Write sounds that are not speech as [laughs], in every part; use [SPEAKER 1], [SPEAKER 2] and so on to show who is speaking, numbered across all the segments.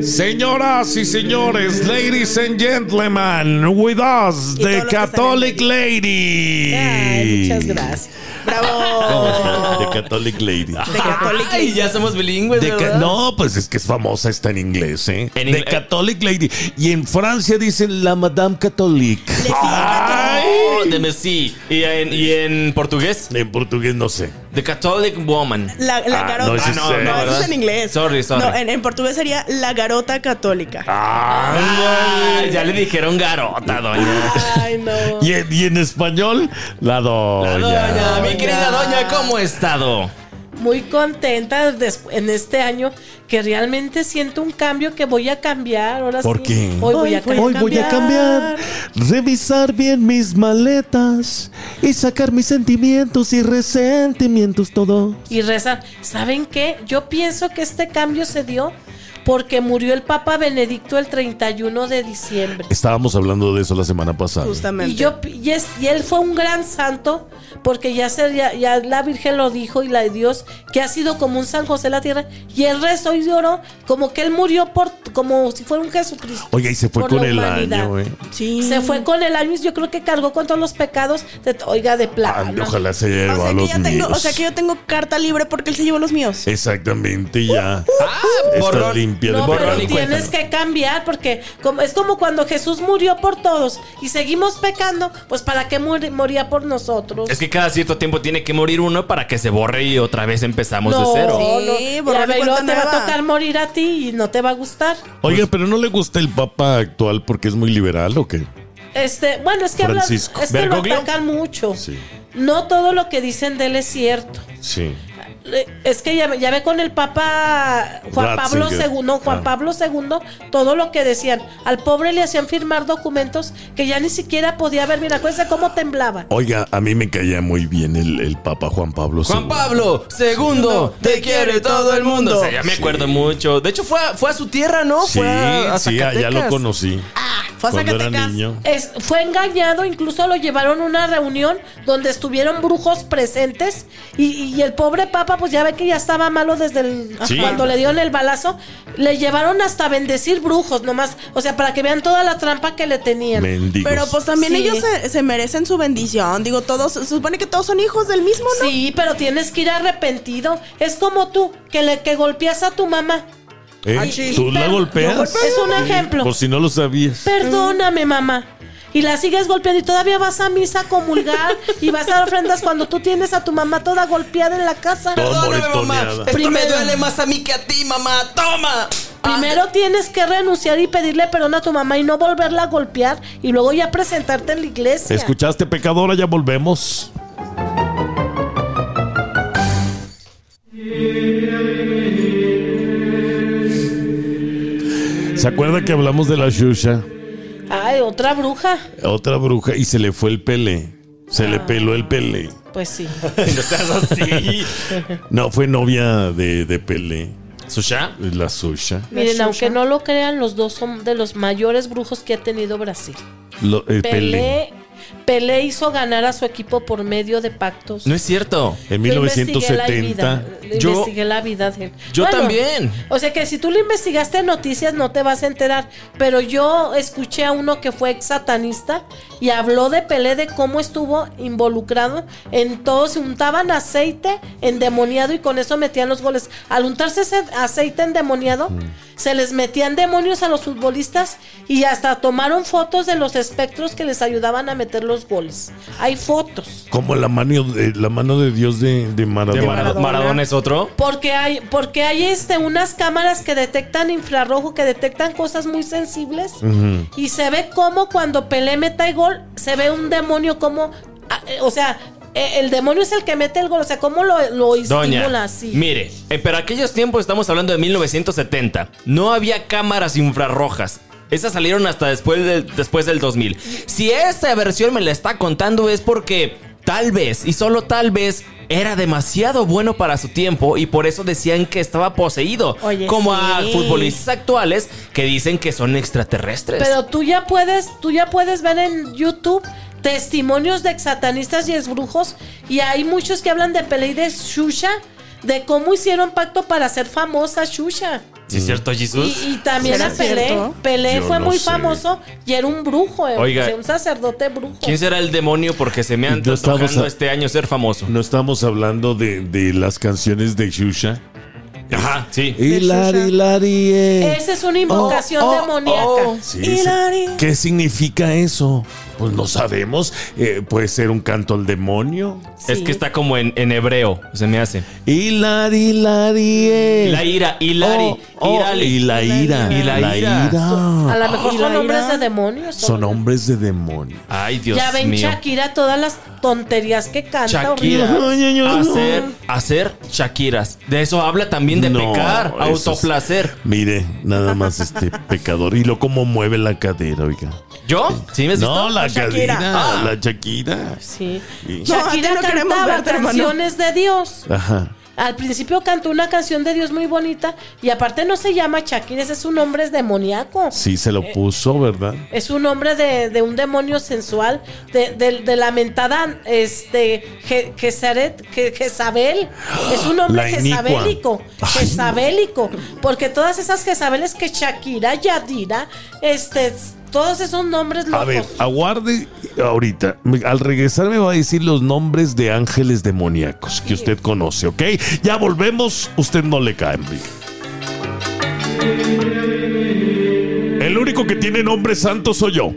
[SPEAKER 1] Señoras y señores, ladies and gentlemen, with us, the
[SPEAKER 2] Y todos los que
[SPEAKER 1] Catholic
[SPEAKER 2] salen
[SPEAKER 1] Lady.
[SPEAKER 2] Ay, muchas gracias.
[SPEAKER 1] De
[SPEAKER 2] Bravo.
[SPEAKER 1] Catholic Lady.
[SPEAKER 2] De Catholic
[SPEAKER 3] Ay, ya somos bilingües,
[SPEAKER 1] De ca-
[SPEAKER 3] ¿verdad?
[SPEAKER 1] no, pues es que es famosa, está en inglés, ¿eh?
[SPEAKER 3] En
[SPEAKER 1] de
[SPEAKER 3] inglés.
[SPEAKER 1] Catholic Lady. Y en Francia dicen la Madame Catholic. Ay.
[SPEAKER 3] Oh, de Messi. Y en, y en portugués,
[SPEAKER 1] En portugués no sé.
[SPEAKER 3] The Catholic Woman.
[SPEAKER 2] La, la
[SPEAKER 1] Ah,
[SPEAKER 2] garota.
[SPEAKER 1] no,
[SPEAKER 2] No,
[SPEAKER 1] ese es, eh,
[SPEAKER 2] no, eso
[SPEAKER 3] ¿verdad?
[SPEAKER 2] es en inglés.
[SPEAKER 3] Sorry, sorry.
[SPEAKER 2] No, en, en portugués sería la garota católica.
[SPEAKER 3] Ah, ya le dijeron garota, doña.
[SPEAKER 2] Ay, no.
[SPEAKER 1] Y en, y en español, la
[SPEAKER 3] Oh,
[SPEAKER 1] doña.
[SPEAKER 3] Doña, mi querida doña, ¿cómo ha estado?
[SPEAKER 4] muy contenta des- en este año que realmente siento un cambio que voy a cambiar. Ahora
[SPEAKER 1] ¿Por
[SPEAKER 4] sí,
[SPEAKER 1] qué?
[SPEAKER 4] Hoy voy a
[SPEAKER 2] Hoy voy
[SPEAKER 4] cambiar.
[SPEAKER 1] Hoy voy a cambiar, revisar bien mis maletas y sacar mis sentimientos y resentimientos todo.
[SPEAKER 4] Y rezar. ¿Saben qué? Yo pienso que este cambio se dio porque murió el Papa Benedicto el 31 de diciembre.
[SPEAKER 1] Estábamos hablando de eso la semana pasada.
[SPEAKER 2] Justamente.
[SPEAKER 4] Y, yo, pi- y, es- y él fue un gran santo porque ya, se, ya, ya la Virgen lo dijo y la de Dios que ha sido como un San José de la tierra. Y el rezo y lloró como que él murió por como si fuera un Jesucristo.
[SPEAKER 1] Oye, y se fue
[SPEAKER 4] por
[SPEAKER 1] con
[SPEAKER 4] la
[SPEAKER 1] el
[SPEAKER 4] humanidad.
[SPEAKER 1] año, ¿eh?
[SPEAKER 2] Sí.
[SPEAKER 4] Se fue con el año y yo creo que cargó con todos los pecados. de- oiga, de
[SPEAKER 1] Ay,
[SPEAKER 4] plano.
[SPEAKER 1] ojalá se haya
[SPEAKER 2] O
[SPEAKER 1] llevado a
[SPEAKER 2] sea, que
[SPEAKER 1] los Eh,
[SPEAKER 2] ya tengo,
[SPEAKER 1] míos.
[SPEAKER 2] o sea que yo tengo carta libre porque él se llevó los míos.
[SPEAKER 1] Exactamente, ya.
[SPEAKER 3] Uh, Ah,
[SPEAKER 1] Está
[SPEAKER 3] borrón.
[SPEAKER 1] limpia de
[SPEAKER 4] No,
[SPEAKER 1] borrón
[SPEAKER 4] pero
[SPEAKER 1] y
[SPEAKER 3] cuenta
[SPEAKER 4] tienes
[SPEAKER 1] cuenta.
[SPEAKER 4] que cambiar porque como, es como cuando Jesús murió por todos y seguimos pecando, pues ¿para qué muri- moría por nosotros?
[SPEAKER 3] Es que cada cierto tiempo tiene que morir uno para que se borre y otra vez empezamos
[SPEAKER 4] no,
[SPEAKER 3] de cero.
[SPEAKER 4] no.
[SPEAKER 2] Sí,
[SPEAKER 4] Y a
[SPEAKER 2] borrón y
[SPEAKER 4] ver,
[SPEAKER 2] cuenta
[SPEAKER 4] luego te va a
[SPEAKER 2] nueva.
[SPEAKER 4] tocar morir a ti y no te va a gustar.
[SPEAKER 1] Oiga, pero no le gusta el papa actual porque es muy liberal o qué?
[SPEAKER 4] Este, bueno, es que hablan-
[SPEAKER 1] Francisco.
[SPEAKER 4] es que lo
[SPEAKER 3] ¿Bergoglio?
[SPEAKER 4] atacan mucho.
[SPEAKER 1] Sí.
[SPEAKER 4] No todo lo que dicen de él es cierto.
[SPEAKER 1] Sí.
[SPEAKER 4] Eh, Es que ya, ve- ya ve con el Papa Juan Pablo
[SPEAKER 1] Ratzinger.
[SPEAKER 4] II, no, Juan
[SPEAKER 1] Ah.
[SPEAKER 4] Pablo II, todo lo que decían. Al pobre le hacían firmar documentos que ya ni siquiera podía ver. Mira, acuérdense cómo temblaba.
[SPEAKER 1] Oiga, a mí me caía muy bien el, el papa Juan Pablo II.
[SPEAKER 3] Juan Pablo, segundo, te quiere todo el mundo. O sea, ya me acuerdo mucho. De hecho, fue a, fue a su tierra, ¿no?
[SPEAKER 1] Sí,
[SPEAKER 3] fue a, a
[SPEAKER 1] sí, ah, ya
[SPEAKER 3] Zacatecas.
[SPEAKER 1] lo conocí.
[SPEAKER 2] Ah, Fue a
[SPEAKER 1] cuando era
[SPEAKER 2] Zacatecas.
[SPEAKER 1] niño.
[SPEAKER 4] Es- fue engañado, incluso lo llevaron a una reunión donde estuvieron brujos presentes y, y el pobre papa, pues ya ve que ya estaba malo desde el,
[SPEAKER 1] Sí.
[SPEAKER 4] cuando le dieron el balazo, le llevaron hasta bendecir brujos nomás, o sea, para que vean toda la trampa que le tenían.
[SPEAKER 1] Mendigos.
[SPEAKER 2] Pero pues también
[SPEAKER 4] Sí.
[SPEAKER 2] ellos se, se merecen su bendición. Digo, todos, se supone que todos son hijos del mismo, ¿no?
[SPEAKER 4] Sí, pero tienes que ir arrepentido. Es como tú, que le que golpeas a tu mamá.
[SPEAKER 1] ¿Eh?
[SPEAKER 2] Ah, sí.
[SPEAKER 1] ¿Tú la
[SPEAKER 4] Pero-
[SPEAKER 1] golpeas? Pues
[SPEAKER 4] Es un ejemplo.
[SPEAKER 1] Por si no lo sabías.
[SPEAKER 4] Perdóname, mamá. Y la sigues golpeando y todavía vas a misa a comulgar y vas a dar ofrendas cuando tú tienes a tu mamá toda golpeada en la casa.
[SPEAKER 1] Todo
[SPEAKER 3] Perdóname, mamá.
[SPEAKER 1] moretoneada.
[SPEAKER 3] Esto me
[SPEAKER 4] Primero.
[SPEAKER 3] duele más a mí que a ti, mamá. [laughs] ¡Toma!
[SPEAKER 4] Primero tienes que renunciar y pedirle perdón a tu mamá y no volverla a golpear y luego ya presentarte en la iglesia.
[SPEAKER 1] ¿Escuchaste, pecadora? Ya volvemos. ¿Se acuerda que hablamos de la Shusha?
[SPEAKER 4] Ay, otra bruja.
[SPEAKER 1] Otra bruja y se le fue el pele. Se
[SPEAKER 2] Ah.
[SPEAKER 1] le peló el pele.
[SPEAKER 4] Pues sí.
[SPEAKER 3] No seas [laughs] así.
[SPEAKER 1] No, fue novia de, de pele.
[SPEAKER 3] ¿Susha?
[SPEAKER 1] La Susha.
[SPEAKER 4] Miren,
[SPEAKER 2] Shusha.
[SPEAKER 4] aunque no lo crean, los dos son de los mayores brujos que ha tenido Brasil.
[SPEAKER 1] Lo- eh, Pelé.
[SPEAKER 4] Pelé, Pelé hizo ganar a su equipo por medio de pactos.
[SPEAKER 3] No es cierto.
[SPEAKER 1] En
[SPEAKER 4] Yo investigué la
[SPEAKER 1] 1970.
[SPEAKER 4] vida, le
[SPEAKER 3] Yo-
[SPEAKER 4] investigué la vida de él.
[SPEAKER 3] Yo también.
[SPEAKER 4] O sea que si tú le investigaste en noticias no te vas a enterar. Pero yo escuché a uno que fue ex satanista y habló de Pelé de cómo estuvo involucrado en todo. Se untaban aceite endemoniado y con eso metían los goles. Al untarse ese aceite endemoniado,
[SPEAKER 3] Mm.
[SPEAKER 4] se les metían demonios a los futbolistas y hasta tomaron fotos de los espectros que les ayudaban a meter los goles. Hay fotos.
[SPEAKER 1] Como la mano de, la mano de Dios de, de Maradona.
[SPEAKER 3] Maradona. es otro.
[SPEAKER 4] Porque hay, porque hay este, unas cámaras que detectan infrarrojo, que detectan cosas muy sensibles. Y se ve como cuando Pelé meta el gol, se ve un demonio como. ah, eh, O sea, eh, el demonio es el que mete el gol. O sea, cómo lo, lo estimula
[SPEAKER 3] Doña,
[SPEAKER 4] así.
[SPEAKER 3] mire, eh, pero aquellos tiempos estamos hablando de 1970. No había cámaras infrarrojas. Esas salieron hasta después del, después del 2000. Si esta versión me la está contando es porque tal vez, y solo tal vez, era demasiado bueno para su tiempo y por eso decían que estaba poseído.
[SPEAKER 4] Oye,
[SPEAKER 3] como a
[SPEAKER 4] sí.
[SPEAKER 3] futbolistas actuales que dicen que son extraterrestres.
[SPEAKER 4] Pero tú ya puedes, tú ya puedes ver en YouTube testimonios de exsatanistas y exbrujos y hay muchos que hablan de Pelé y de Shusha de cómo hicieron pacto para ser famosa Shusha.
[SPEAKER 3] ¿Sí es cierto, Jesús?
[SPEAKER 4] Y, y también
[SPEAKER 2] ¿Será
[SPEAKER 4] a Pelé.
[SPEAKER 2] cierto?
[SPEAKER 4] Pelé
[SPEAKER 1] Yo
[SPEAKER 4] fue
[SPEAKER 1] no
[SPEAKER 4] muy
[SPEAKER 1] sé.
[SPEAKER 4] famoso y era un brujo, eh,
[SPEAKER 3] Oiga.
[SPEAKER 4] o sea, un sacerdote brujo.
[SPEAKER 3] ¿Quién será el demonio porque se me han
[SPEAKER 1] No estamos
[SPEAKER 3] tocando
[SPEAKER 1] a-
[SPEAKER 3] este año ser famoso?
[SPEAKER 1] No estamos hablando de, de las canciones de Shusha.
[SPEAKER 3] Ajá, sí.
[SPEAKER 1] Hilari, Hilari, eh.
[SPEAKER 4] Esa es una invocación
[SPEAKER 1] Oh, oh,
[SPEAKER 4] demoníaca.
[SPEAKER 3] oh.
[SPEAKER 1] Sí, sí. ¿Qué significa eso? Pues no sabemos. Eh, puede ser un canto al demonio.
[SPEAKER 3] Es que está como en, en hebreo, se me hace.
[SPEAKER 1] Hilari, Hilari, eh.
[SPEAKER 3] La ira, Hilari,
[SPEAKER 1] Oh, oh,
[SPEAKER 3] Irale.
[SPEAKER 1] Y la ira.
[SPEAKER 3] Y la ira.
[SPEAKER 4] A lo mejor
[SPEAKER 2] ¿Y
[SPEAKER 4] son
[SPEAKER 2] la
[SPEAKER 4] nombres
[SPEAKER 2] ira?
[SPEAKER 4] de demonios.
[SPEAKER 1] Son
[SPEAKER 4] ¿o?
[SPEAKER 1] hombres de demonio.
[SPEAKER 3] Ay, Dios
[SPEAKER 4] ya ven
[SPEAKER 3] mío.
[SPEAKER 4] Shakira todas las tonterías que canta. horrible.
[SPEAKER 3] Shakira.
[SPEAKER 1] Ay, ay, ay,
[SPEAKER 3] Hacer, hacer Shakiras. De eso habla también de
[SPEAKER 1] No,
[SPEAKER 3] pecar,
[SPEAKER 1] eso es-
[SPEAKER 3] autoplacer.
[SPEAKER 1] Mire, nada más este pecador. Y lo cómo mueve la cadera, oiga.
[SPEAKER 3] ¿Yo? ¿Sí me has visto?
[SPEAKER 1] No, la
[SPEAKER 2] Shakira.
[SPEAKER 1] cadera.
[SPEAKER 3] Ah.
[SPEAKER 1] La Shakira.
[SPEAKER 4] Sí.
[SPEAKER 1] Sí.
[SPEAKER 2] No, a ti
[SPEAKER 4] Shakira
[SPEAKER 2] no queremos
[SPEAKER 4] cantaba
[SPEAKER 2] verte, hermano.
[SPEAKER 4] canciones de Dios.
[SPEAKER 1] Ajá.
[SPEAKER 4] Al principio cantó una canción de Dios muy bonita y aparte no se llama Shakira, ese es un nombre es demoníaco.
[SPEAKER 1] Sí, se lo puso, ¿verdad?
[SPEAKER 4] Es un nombre de, de un demonio sensual, de, de, de lamentada este, Je- Jezaret- Je- Jezabel. Es un
[SPEAKER 1] La
[SPEAKER 4] nombre
[SPEAKER 1] inicua.
[SPEAKER 4] jezabélico,
[SPEAKER 1] Ay.
[SPEAKER 4] jezabélico. Porque todas esas jezabeles que Shakira, Yadira, este, todos esos nombres locos.
[SPEAKER 1] A ver, aguarde ahorita. Me- Al regresar me va a decir los nombres de ángeles demoníacos que usted conoce, ¿ok? Ya volvemos. Usted no le cae, Enrique. El único que tiene nombre santo soy yo.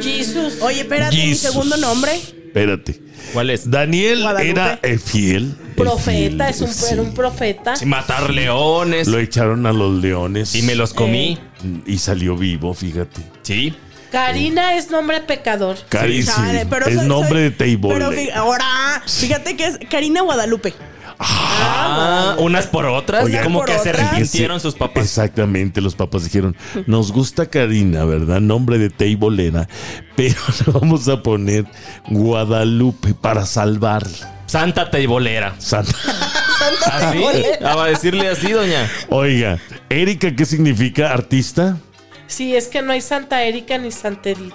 [SPEAKER 4] Jesús.
[SPEAKER 2] Oye, espérate, mi
[SPEAKER 1] Jesús.
[SPEAKER 2] segundo nombre.
[SPEAKER 1] Espérate.
[SPEAKER 3] ¿Cuál es?
[SPEAKER 1] Daniel
[SPEAKER 2] Guadalupe.
[SPEAKER 1] era eh, fiel. eh,
[SPEAKER 4] profeta,
[SPEAKER 1] fiel,
[SPEAKER 4] es un,
[SPEAKER 1] sí.
[SPEAKER 4] era un profeta.
[SPEAKER 3] Sí, matar leones.
[SPEAKER 1] Lo echaron a los leones.
[SPEAKER 3] Y me los comí.
[SPEAKER 4] Eh.
[SPEAKER 1] Y salió vivo, fíjate.
[SPEAKER 3] Sí.
[SPEAKER 4] Karina es nombre pecador.
[SPEAKER 1] Cari, sí.
[SPEAKER 2] Chale, pero
[SPEAKER 1] es
[SPEAKER 2] soy-
[SPEAKER 1] nombre
[SPEAKER 2] soy-
[SPEAKER 1] de Teibol.
[SPEAKER 2] Pero fí- ahora, fíjate que es Karina Guadalupe.
[SPEAKER 3] Ah, unas por otras.
[SPEAKER 1] Oigan,
[SPEAKER 3] como
[SPEAKER 2] por
[SPEAKER 3] que se
[SPEAKER 2] otras.
[SPEAKER 3] arrepintieron sus papás.
[SPEAKER 1] Exactamente, los papás dijeron, nos gusta Karina, ¿verdad? Nombre de Teibolera, pero [laughs] le vamos a poner Guadalupe para salvarla.
[SPEAKER 3] Santa Teibolera.
[SPEAKER 2] [laughs]
[SPEAKER 1] Santa.
[SPEAKER 3] ¿Así? Ah, va a decirle así, doña.
[SPEAKER 1] Oiga, Erika, ¿qué significa artista?
[SPEAKER 4] Sí, es que no hay Santa Erika ni Santa Edith.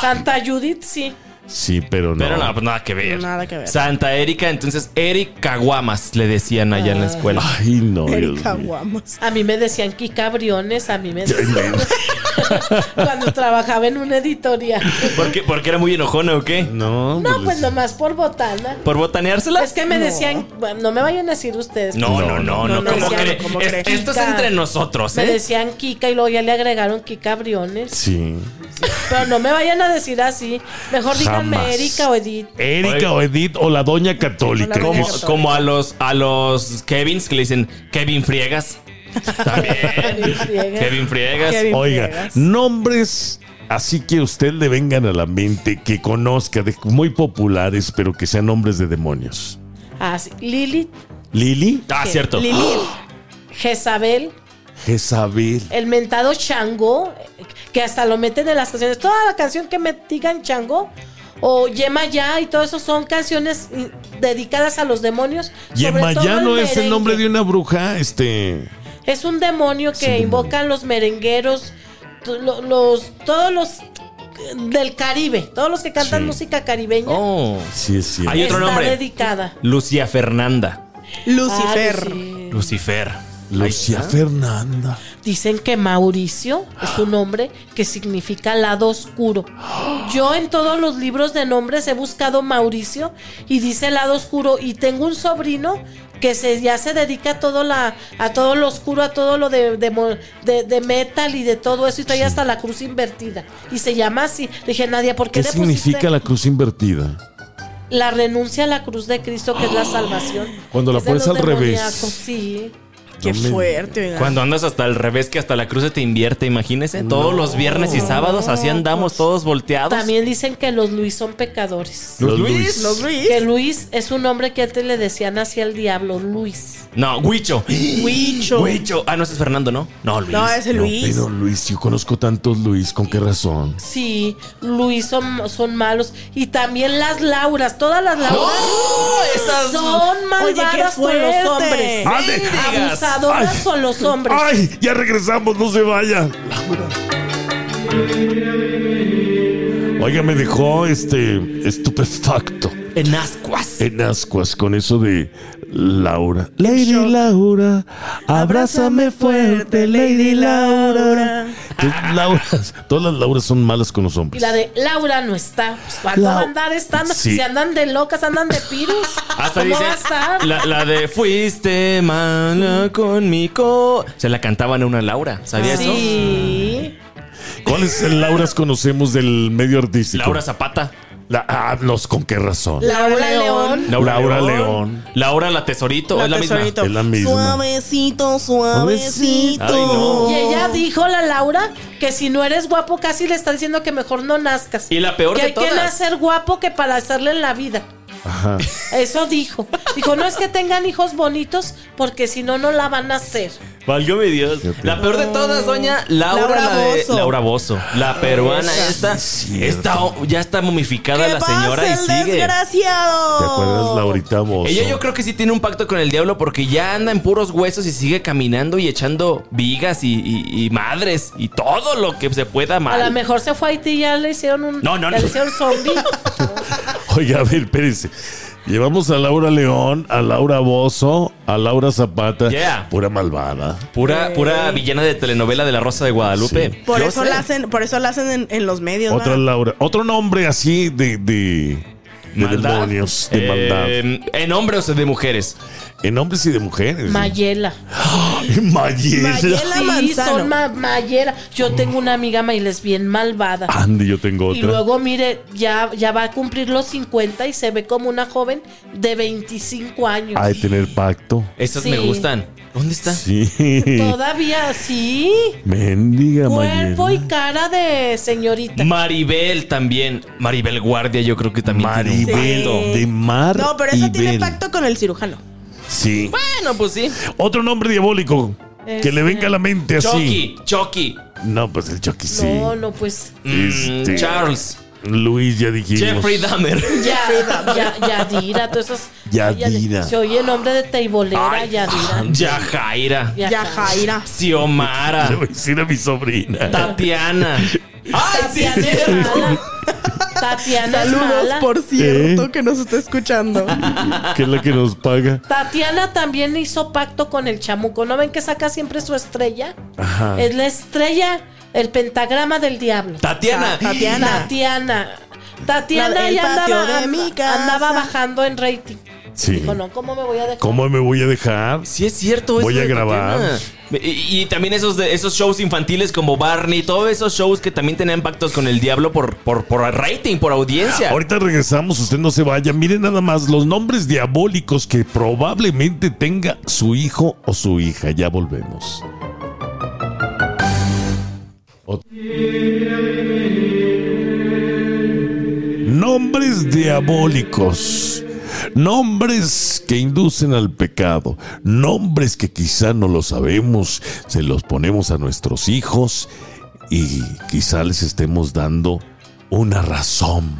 [SPEAKER 4] Santa Judith, sí.
[SPEAKER 1] Sí, pero no.
[SPEAKER 3] Pero no, pues nada que ver.
[SPEAKER 2] Nada que ver.
[SPEAKER 3] Santa Erika, entonces Eric Caguamas le decían allá en la escuela.
[SPEAKER 1] Ay, no. Dios
[SPEAKER 2] Erika
[SPEAKER 1] mío.
[SPEAKER 2] Guamas.
[SPEAKER 4] A mí me decían Kika Briones, a mí
[SPEAKER 1] [laughs]
[SPEAKER 4] me decían cuando trabajaba en una editorial.
[SPEAKER 3] ¿Por qué? ¿Porque era muy enojona o qué?
[SPEAKER 1] No,
[SPEAKER 4] No, pues
[SPEAKER 1] les-
[SPEAKER 4] nomás por botana.
[SPEAKER 3] ¿Por botaneársela?
[SPEAKER 4] Es que me decían, bueno, no me vayan a decir ustedes.
[SPEAKER 3] No, no, no, no,
[SPEAKER 2] no, no,
[SPEAKER 3] ¿cómo
[SPEAKER 2] no,
[SPEAKER 3] cree?
[SPEAKER 2] ¿cómo
[SPEAKER 3] Es-
[SPEAKER 2] cree?
[SPEAKER 3] Esto es entre nosotros,
[SPEAKER 4] Me
[SPEAKER 3] ¿eh?
[SPEAKER 4] decían Kika y luego ya le agregaron Kika Briones.
[SPEAKER 1] Sí.
[SPEAKER 4] Pero no me vayan a decir así. Mejor
[SPEAKER 1] Jamás.
[SPEAKER 4] díganme Erika o Edith.
[SPEAKER 1] Erika o Edith o la doña católica.
[SPEAKER 2] O la
[SPEAKER 1] que
[SPEAKER 3] Como,
[SPEAKER 2] doña
[SPEAKER 1] es-
[SPEAKER 3] como a los a los Kevins que le dicen Kevin Friegas. También.
[SPEAKER 4] Kevin
[SPEAKER 1] [laughs]
[SPEAKER 4] Friegas.
[SPEAKER 3] Kevin Friegas.
[SPEAKER 2] Kevin.
[SPEAKER 1] Oiga,
[SPEAKER 2] Friegas.
[SPEAKER 1] nombres así que a usted le vengan a la mente, que conozca, de- muy populares, pero que sean nombres de demonios.
[SPEAKER 4] Ah, sí. Lilith,
[SPEAKER 1] Lili,
[SPEAKER 3] Ah, cierto.
[SPEAKER 2] Lili.
[SPEAKER 1] ¡Ah!
[SPEAKER 4] Jezabel,
[SPEAKER 1] Jezabel.
[SPEAKER 4] el mentado Chango, que hasta lo meten en las canciones. Toda la canción que me digan Chango o Yema Ya y todo eso son canciones mm, dedicadas a los demonios. sobre todo
[SPEAKER 1] Yemayá
[SPEAKER 4] al
[SPEAKER 1] no es el
[SPEAKER 4] merengue.
[SPEAKER 1] nombre de una bruja, este.
[SPEAKER 4] Es un demonio que invocan los merengueros, t- lo- los, todos los eh, del Caribe, todos los que cantan
[SPEAKER 1] Sí.
[SPEAKER 4] música caribeña.
[SPEAKER 3] [gasps] Oh.
[SPEAKER 1] Sí, es cierto.
[SPEAKER 3] Hay otro
[SPEAKER 4] está
[SPEAKER 3] nombre.
[SPEAKER 4] dedicada.
[SPEAKER 3] Lucia Fernanda.
[SPEAKER 2] Lucifer.
[SPEAKER 4] Ah, sí.
[SPEAKER 3] Lucifer.
[SPEAKER 1] Lucía Fernanda.
[SPEAKER 4] Dicen que Mauricio es un nombre que significa lado oscuro. Yo en todos los libros de nombres he buscado Mauricio y dice lado oscuro y tengo un sobrino que se, ya se dedica a todo, la, a todo lo oscuro, a todo lo de, de, mo- de- de metal y de todo eso y trae hasta la cruz invertida. Y se llama así. Le dije, Nadia, ¿por qué,
[SPEAKER 1] ¿Qué
[SPEAKER 4] le
[SPEAKER 1] significa
[SPEAKER 4] pusiste
[SPEAKER 1] la cruz invertida?
[SPEAKER 4] la renuncia a la cruz de Cristo que es la salvación?
[SPEAKER 1] Cuando la
[SPEAKER 4] Es de
[SPEAKER 1] pones
[SPEAKER 4] los
[SPEAKER 1] al revés.
[SPEAKER 4] demoníacos, Sí.
[SPEAKER 2] Qué
[SPEAKER 1] No me-
[SPEAKER 2] fuerte, oiga.
[SPEAKER 3] Cuando andas hasta el revés que hasta la cruz se te invierte, imagínese. Todos los viernes y sábados así andamos todos volteados.
[SPEAKER 4] También dicen que los Luis son pecadores.
[SPEAKER 1] Los Luis.
[SPEAKER 2] Los Luis.
[SPEAKER 4] Que Luis es un nombre que antes le decían así al diablo, Luis.
[SPEAKER 3] No, Huicho.
[SPEAKER 2] Huicho.
[SPEAKER 3] Huicho. Ah, no, ese es Fernando, ¿no? No, Luis.
[SPEAKER 2] No, es el
[SPEAKER 1] No,
[SPEAKER 2] Luis.
[SPEAKER 1] pero Luis, yo conozco tantos Luis, ¿con qué razón?
[SPEAKER 4] Sí, Luis son, son malos. Y también las Lauras, todas las Lauras
[SPEAKER 3] ¡Oh! esas-
[SPEAKER 4] son malvadas con los
[SPEAKER 2] fuerte.
[SPEAKER 4] hombres.
[SPEAKER 1] ¡Ande!
[SPEAKER 3] Digas.
[SPEAKER 4] Abusadoras
[SPEAKER 1] Ay.
[SPEAKER 4] con los hombres.
[SPEAKER 1] ¡Ay! Ya regresamos, no se vaya. Oiga, me dejó este estupefacto.
[SPEAKER 3] En ascuas.
[SPEAKER 1] En ascuas con eso de Laura. Lady Laura, abrázame fuerte, Lady Laura. Entonces, Laura. [laughs] Todas las Lauras son malas con los
[SPEAKER 4] Y
[SPEAKER 1] hombres.
[SPEAKER 4] la de Laura no está. Pues, ¿Cuándo
[SPEAKER 1] Lau-
[SPEAKER 4] va a andar estando?
[SPEAKER 1] Sí.
[SPEAKER 4] Si andan de locas, andan de piros.
[SPEAKER 3] Hasta
[SPEAKER 4] ¿Cómo
[SPEAKER 3] Ah, dice
[SPEAKER 4] va a estar?
[SPEAKER 3] la, la de fuiste mala con mi co. Se la cantaban a una Laura,
[SPEAKER 2] Ah,
[SPEAKER 3] ¿sabías eso?
[SPEAKER 4] Sí.
[SPEAKER 1] ¿Cuáles Lauras conocemos del medio artístico?
[SPEAKER 3] Laura Zapata,
[SPEAKER 1] La- ah, los con qué razón.
[SPEAKER 4] Laura León.
[SPEAKER 3] Laura,
[SPEAKER 1] Laura León.
[SPEAKER 3] Laura la tesorito,
[SPEAKER 2] La
[SPEAKER 3] es la
[SPEAKER 2] Tesorito.
[SPEAKER 1] Es la misma.
[SPEAKER 2] Suavecito,
[SPEAKER 1] Suavecito.
[SPEAKER 2] suavecito.
[SPEAKER 3] Ay, no.
[SPEAKER 4] Y
[SPEAKER 2] Oh.
[SPEAKER 4] ella dijo, la Laura, que si no eres guapo, casi le está diciendo que mejor no nazcas.
[SPEAKER 3] Y la peor
[SPEAKER 4] que
[SPEAKER 3] de
[SPEAKER 4] hay
[SPEAKER 3] todas.
[SPEAKER 4] que nacer guapo que para hacerle en la vida.
[SPEAKER 1] Ajá.
[SPEAKER 4] Eso dijo. Dijo, no es que tengan hijos bonitos, porque si no, no la van a hacer.
[SPEAKER 3] misma. Valgo mi Dios.
[SPEAKER 1] Qué pena.
[SPEAKER 3] La peor de todas, doña Laura,
[SPEAKER 2] Laura
[SPEAKER 3] la de-
[SPEAKER 2] Bozzo.
[SPEAKER 3] Laura Bozo. La peruana
[SPEAKER 1] Esa.
[SPEAKER 3] esta.
[SPEAKER 1] Sí, es
[SPEAKER 3] esta
[SPEAKER 1] cierto.
[SPEAKER 3] ya está momificada
[SPEAKER 2] ¿Qué
[SPEAKER 3] la señora
[SPEAKER 2] pasa,
[SPEAKER 3] y
[SPEAKER 2] el
[SPEAKER 3] sigue.
[SPEAKER 2] desgraciado?
[SPEAKER 1] ¿Te acuerdas, Laurita Bozo?
[SPEAKER 3] Ella yo creo que sí tiene un pacto con el diablo porque ya anda en puros huesos y sigue caminando y echando vigas y, y- y madres y todo lo que se pueda
[SPEAKER 4] A lo
[SPEAKER 3] mal.
[SPEAKER 4] mejor se fue a Haití y ya le hicieron un.
[SPEAKER 3] No, no, no.
[SPEAKER 4] Le hicieron
[SPEAKER 3] [laughs]
[SPEAKER 4] zombie.
[SPEAKER 1] [laughs] Oiga, a ver, espérense. Llevamos a Laura León, a Laura Bozo, a Laura Zapata.
[SPEAKER 3] Yeah.
[SPEAKER 1] Pura malvada.
[SPEAKER 3] Pura, pura villana de telenovela de la Rosa de Guadalupe.
[SPEAKER 1] Sí.
[SPEAKER 2] Por
[SPEAKER 3] Yo
[SPEAKER 2] eso,
[SPEAKER 3] sé.
[SPEAKER 2] la hacen, por eso la hacen en, en los medios.
[SPEAKER 1] Otra
[SPEAKER 2] ¿verdad?
[SPEAKER 1] Laura. Otro nombre así de, de, de
[SPEAKER 3] Maldad.
[SPEAKER 1] demonios, de
[SPEAKER 3] Eh,
[SPEAKER 1] maldad.
[SPEAKER 3] En hombres o de mujeres.
[SPEAKER 1] En hombres y de mujeres.
[SPEAKER 4] Mayela.
[SPEAKER 1] [laughs] Ay, Mayela.
[SPEAKER 2] Mayela.
[SPEAKER 4] sí,
[SPEAKER 2] Manzano.
[SPEAKER 4] son ma- Mayela.
[SPEAKER 3] Mm.
[SPEAKER 4] Yo tengo una amiga Mayles bien malvada.
[SPEAKER 3] Ah,
[SPEAKER 1] Andy, yo tengo otra.
[SPEAKER 4] Y luego, mire, ya, ya va a cumplir los 50 y se ve como una joven de 25 años.
[SPEAKER 1] Hay tener pacto.
[SPEAKER 3] Esas
[SPEAKER 4] Sí.
[SPEAKER 3] me gustan. ¿Dónde está?
[SPEAKER 1] Sí.
[SPEAKER 4] Todavía sí.
[SPEAKER 1] Mendiga
[SPEAKER 4] Cuerpo y
[SPEAKER 1] Mayela.
[SPEAKER 4] cara de señorita.
[SPEAKER 3] Maribel también. Maribel Guardia, yo creo que también. tiene un
[SPEAKER 1] Maribel
[SPEAKER 3] pacto.
[SPEAKER 1] de Mar.
[SPEAKER 2] No, pero esa
[SPEAKER 1] y
[SPEAKER 2] tiene
[SPEAKER 1] Bel.
[SPEAKER 2] pacto con el cirujano.
[SPEAKER 1] Sí.
[SPEAKER 3] Bueno, pues sí.
[SPEAKER 1] Otro nombre diabólico que le venga a la mente así.
[SPEAKER 3] Chucky, Chucky.
[SPEAKER 1] No, pues el Chucky sí.
[SPEAKER 4] No, no, pues.
[SPEAKER 3] Mm,
[SPEAKER 1] Este,
[SPEAKER 3] Charles.
[SPEAKER 1] Luis, ya dijimos. [laughs]
[SPEAKER 3] Jeffrey Dahmer.
[SPEAKER 2] [laughs]
[SPEAKER 4] Ya, ya, Yadira, todos esos.
[SPEAKER 1] Yadira.
[SPEAKER 4] Se oye el nombre de Teibolera,
[SPEAKER 3] Ay,
[SPEAKER 4] Yadira.
[SPEAKER 3] Yajaira.
[SPEAKER 4] Ya-
[SPEAKER 2] Ya,
[SPEAKER 1] [laughs]
[SPEAKER 2] Jaira.
[SPEAKER 1] Le
[SPEAKER 3] Xiomara.
[SPEAKER 1] voy a decir a mi sobrina. [laughs]
[SPEAKER 3] Tatiana. ¡Ay, sí,
[SPEAKER 4] Tatiana
[SPEAKER 3] sí!
[SPEAKER 4] es mala. Tatiana es
[SPEAKER 2] Saludos,
[SPEAKER 4] mala.
[SPEAKER 2] por cierto,
[SPEAKER 1] ¿Eh?
[SPEAKER 2] que nos está
[SPEAKER 1] [laughs]
[SPEAKER 2] escuchando.
[SPEAKER 1] que es la que nos paga.
[SPEAKER 4] Tatiana también hizo pacto con el chamuco. ¿No ven que saca siempre su estrella?
[SPEAKER 3] Ah.
[SPEAKER 4] Es la estrella, el pentagrama del diablo.
[SPEAKER 3] Tatiana.
[SPEAKER 2] Tatiana.
[SPEAKER 4] Tatiana. Tatiana
[SPEAKER 2] La- el
[SPEAKER 4] ya
[SPEAKER 2] patio
[SPEAKER 4] andaba,
[SPEAKER 2] de mi casa.
[SPEAKER 4] andaba bajando en rating.
[SPEAKER 1] Sí.
[SPEAKER 4] Dijo, no, ¿cómo me voy a dejar?
[SPEAKER 1] ¿Cómo me voy a dejar?
[SPEAKER 3] Sí, es cierto. eso
[SPEAKER 1] Voy a
[SPEAKER 3] de
[SPEAKER 1] grabar.
[SPEAKER 3] Tatiana. Y, y también esos, de- esos shows infantiles como Barney, todos esos shows que también tenían pactos con el diablo por, por, por rating, por audiencia.
[SPEAKER 1] Ahorita regresamos, usted no se vaya. Miren nada más los nombres diabólicos que probablemente tenga su hijo o su hija. Ya volvemos. Ot- Nombres diabólicos. Nombres que inducen al pecado. Nombres que quizá no lo sabemos. Se los ponemos a nuestros hijos y quizá les estemos dando una razón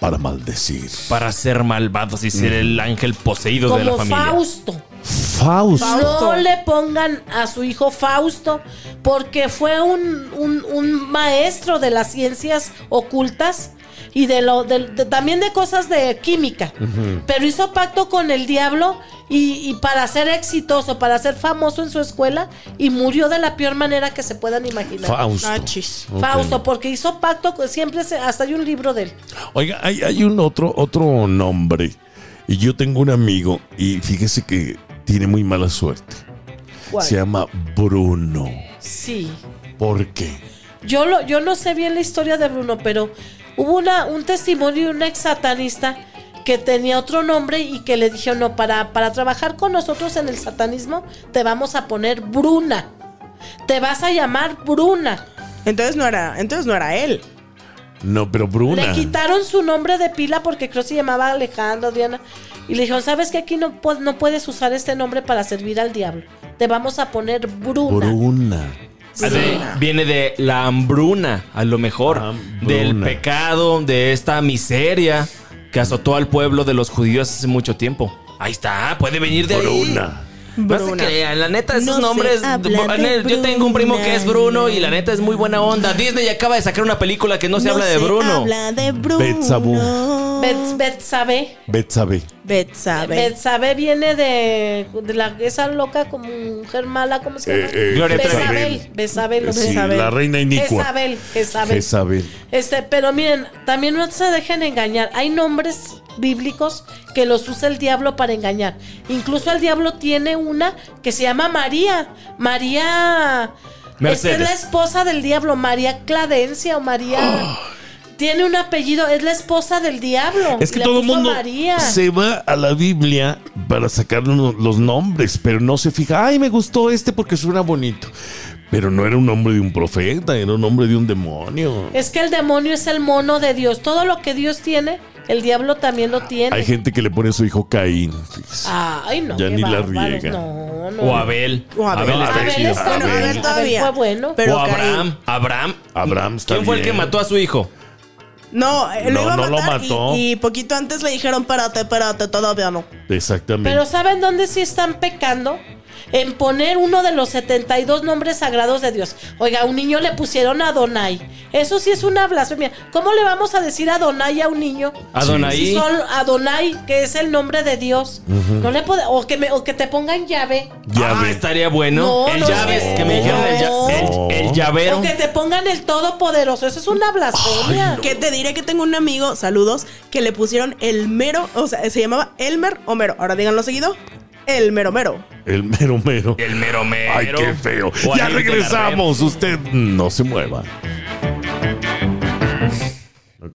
[SPEAKER 1] para maldecir.
[SPEAKER 3] Para ser malvados y ser el ángel poseído de la
[SPEAKER 4] Como
[SPEAKER 3] familia.
[SPEAKER 4] Fausto.
[SPEAKER 1] Fausto.
[SPEAKER 4] No le pongan a su hijo Fausto porque fue un, un- un maestro de las ciencias ocultas y de lo de- de- también de cosas de química. Pero hizo pacto con el diablo y, y para ser exitoso, para ser famoso en su escuela y murió de la peor manera que se puedan imaginar.
[SPEAKER 1] Fausto.
[SPEAKER 2] Nachis.
[SPEAKER 1] Ok.
[SPEAKER 4] Fausto, porque hizo pacto, con- siempre se- hasta hay un libro de él.
[SPEAKER 1] Oiga, hay, hay un otro, otro nombre. Y yo tengo un amigo y fíjese que tiene muy mala suerte.
[SPEAKER 4] ¿Cuál?
[SPEAKER 1] Se llama Bruno.
[SPEAKER 4] Sí.
[SPEAKER 1] ¿Por qué?
[SPEAKER 4] Yo, lo, yo no sé bien la historia de Bruno, pero hubo una, un testimonio de una ex satanista que tenía otro nombre y que le dijeron, no, para, para trabajar con nosotros en el satanismo te vamos a poner Bruna. Te vas a llamar Bruna.
[SPEAKER 2] Entonces no era, entonces no era él.
[SPEAKER 1] No, pero Bruna.
[SPEAKER 4] Le quitaron su nombre de pila porque creo que se llamaba Alejandro, Diana. Y le dijeron, ¿sabes que aquí no, pu- no puedes usar este nombre para servir al diablo? Te vamos a poner Bruna.
[SPEAKER 1] Bruna.
[SPEAKER 3] Ah, de- viene de la hambruna, a lo mejor,
[SPEAKER 1] Hambruna.
[SPEAKER 3] del pecado, de esta miseria que azotó al pueblo de los judíos hace mucho tiempo. Ahí está, puede venir de ahí.
[SPEAKER 1] Bruna.
[SPEAKER 3] No se
[SPEAKER 2] Bruna.
[SPEAKER 3] crean, la neta, esos
[SPEAKER 2] No se
[SPEAKER 3] nombres.
[SPEAKER 2] habla
[SPEAKER 3] en
[SPEAKER 2] de
[SPEAKER 3] el- yo tengo un primo que es Bruno y la neta es muy buena onda. Disney acaba de sacar una película que no se habla de Bruno.
[SPEAKER 2] habla de Bruno.
[SPEAKER 1] Betsabú.
[SPEAKER 4] Bet- Betsabe.
[SPEAKER 1] Betsabe.
[SPEAKER 2] Betsabe.
[SPEAKER 4] Betsabe viene de, de la, esa loca como mujer mala, ¿cómo se
[SPEAKER 1] Eh,
[SPEAKER 4] llama?
[SPEAKER 1] eh,
[SPEAKER 3] Gloria
[SPEAKER 1] Jezabel.
[SPEAKER 4] Besabel, Besabel,
[SPEAKER 1] Sí,
[SPEAKER 4] Besabel.
[SPEAKER 1] la reina inicua.
[SPEAKER 4] Jezabel, Jezabel.
[SPEAKER 1] Jezabel.
[SPEAKER 4] Este, pero miren, también no se dejen engañar. Hay nombres bíblicos que los usa el diablo para engañar. Incluso el diablo tiene una que se llama María. María.
[SPEAKER 3] Mercedes.
[SPEAKER 4] Esta es la esposa del diablo, María Cladencia o María.
[SPEAKER 1] [gasps]
[SPEAKER 4] Tiene un apellido, es la esposa del diablo.
[SPEAKER 1] Es que
[SPEAKER 4] Le
[SPEAKER 1] todo el
[SPEAKER 4] puso
[SPEAKER 1] mundo
[SPEAKER 4] María.
[SPEAKER 1] se va a la Biblia para sacar uno- los nombres, pero no se fija, ay, me gustó este porque suena bonito. Pero no era un nombre de un profeta, era un nombre de un demonio.
[SPEAKER 4] Es que el demonio es el mono de Dios. Todo lo que Dios tiene, el diablo también lo tiene.
[SPEAKER 1] Hay gente que le pone a su hijo Caín. fíjese.
[SPEAKER 4] Ah, Ay, no.
[SPEAKER 1] Ya
[SPEAKER 4] qué
[SPEAKER 1] ni la
[SPEAKER 4] bárbaros.
[SPEAKER 1] riega.
[SPEAKER 4] No, no.
[SPEAKER 3] O Abel.
[SPEAKER 2] O Abel.
[SPEAKER 3] está
[SPEAKER 1] Abel
[SPEAKER 3] chido.
[SPEAKER 1] está
[SPEAKER 2] Bueno,
[SPEAKER 1] Abel.
[SPEAKER 2] a ver todavía.
[SPEAKER 4] Abel fue bueno.
[SPEAKER 2] Pero
[SPEAKER 3] o
[SPEAKER 2] Caín-
[SPEAKER 3] Abraham. Abraham.
[SPEAKER 1] Abraham está
[SPEAKER 3] ¿Quién fue el que
[SPEAKER 1] bien.
[SPEAKER 3] mató a su hijo?
[SPEAKER 2] No, eh,
[SPEAKER 1] No,
[SPEAKER 2] lo iba a
[SPEAKER 1] no
[SPEAKER 2] matar
[SPEAKER 1] lo
[SPEAKER 2] y-
[SPEAKER 1] mató.
[SPEAKER 2] Y, poquito antes le dijeron, párate, párate, todavía no.
[SPEAKER 1] Exactamente.
[SPEAKER 4] Pero ¿saben dónde sí están pecando? En poner uno de los 72 nombres sagrados de Dios. Oiga, a un niño le pusieron Adonai. Eso sí es una blasfemia. ¿Cómo le vamos a decir Adonai a un niño?
[SPEAKER 3] Adonai.
[SPEAKER 4] Si son Adonai, que es el nombre de Dios. No le puede- o que me- o que te pongan llave.
[SPEAKER 1] Llave.
[SPEAKER 3] Ah, estaría bueno.
[SPEAKER 4] No,
[SPEAKER 3] el
[SPEAKER 4] no,
[SPEAKER 3] llaves,
[SPEAKER 1] no.
[SPEAKER 3] que me dijeron el, lla-
[SPEAKER 1] No.
[SPEAKER 3] el- el llavero.
[SPEAKER 4] O que te pongan el todopoderoso. Eso es una blasfemia.
[SPEAKER 2] Que te diré que tengo un amigo, saludos, que le pusieron el mero, o sea, se llamaba Elmer Homero. Ahora díganlo seguido, el mero mero.
[SPEAKER 1] El mero mero.
[SPEAKER 3] El mero mero.
[SPEAKER 1] Ay, qué feo.
[SPEAKER 3] O
[SPEAKER 1] ya
[SPEAKER 3] ahí te la
[SPEAKER 1] regresamos. Usted no se mueva.